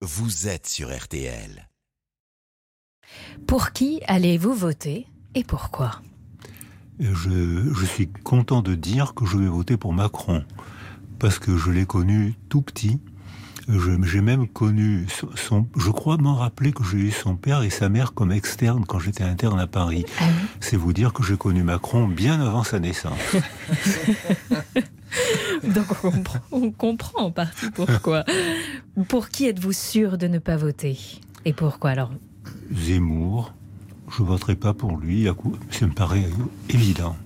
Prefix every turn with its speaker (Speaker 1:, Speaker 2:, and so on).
Speaker 1: Vous êtes sur RTL.
Speaker 2: Pour qui allez-vous voter et pourquoi
Speaker 3: Je, je suis content de dire que je vais voter pour Macron, parce que je l'ai connu tout petit. Je- J'ai même connu son, son- Je crois m'en rappeler que j'ai eu son père et sa mère comme externes quand j'étais interne à Paris.
Speaker 2: Ah oui.
Speaker 3: C'est vous dire que j'ai connu Macron bien avant sa naissance.
Speaker 2: Donc on comprend, on comprend en partie pourquoi. Pour qui êtes-vous sûr de ne pas voter Et pourquoi alors
Speaker 3: Zemmour, je voterai pas pour lui. à coup- Ça me paraît évident.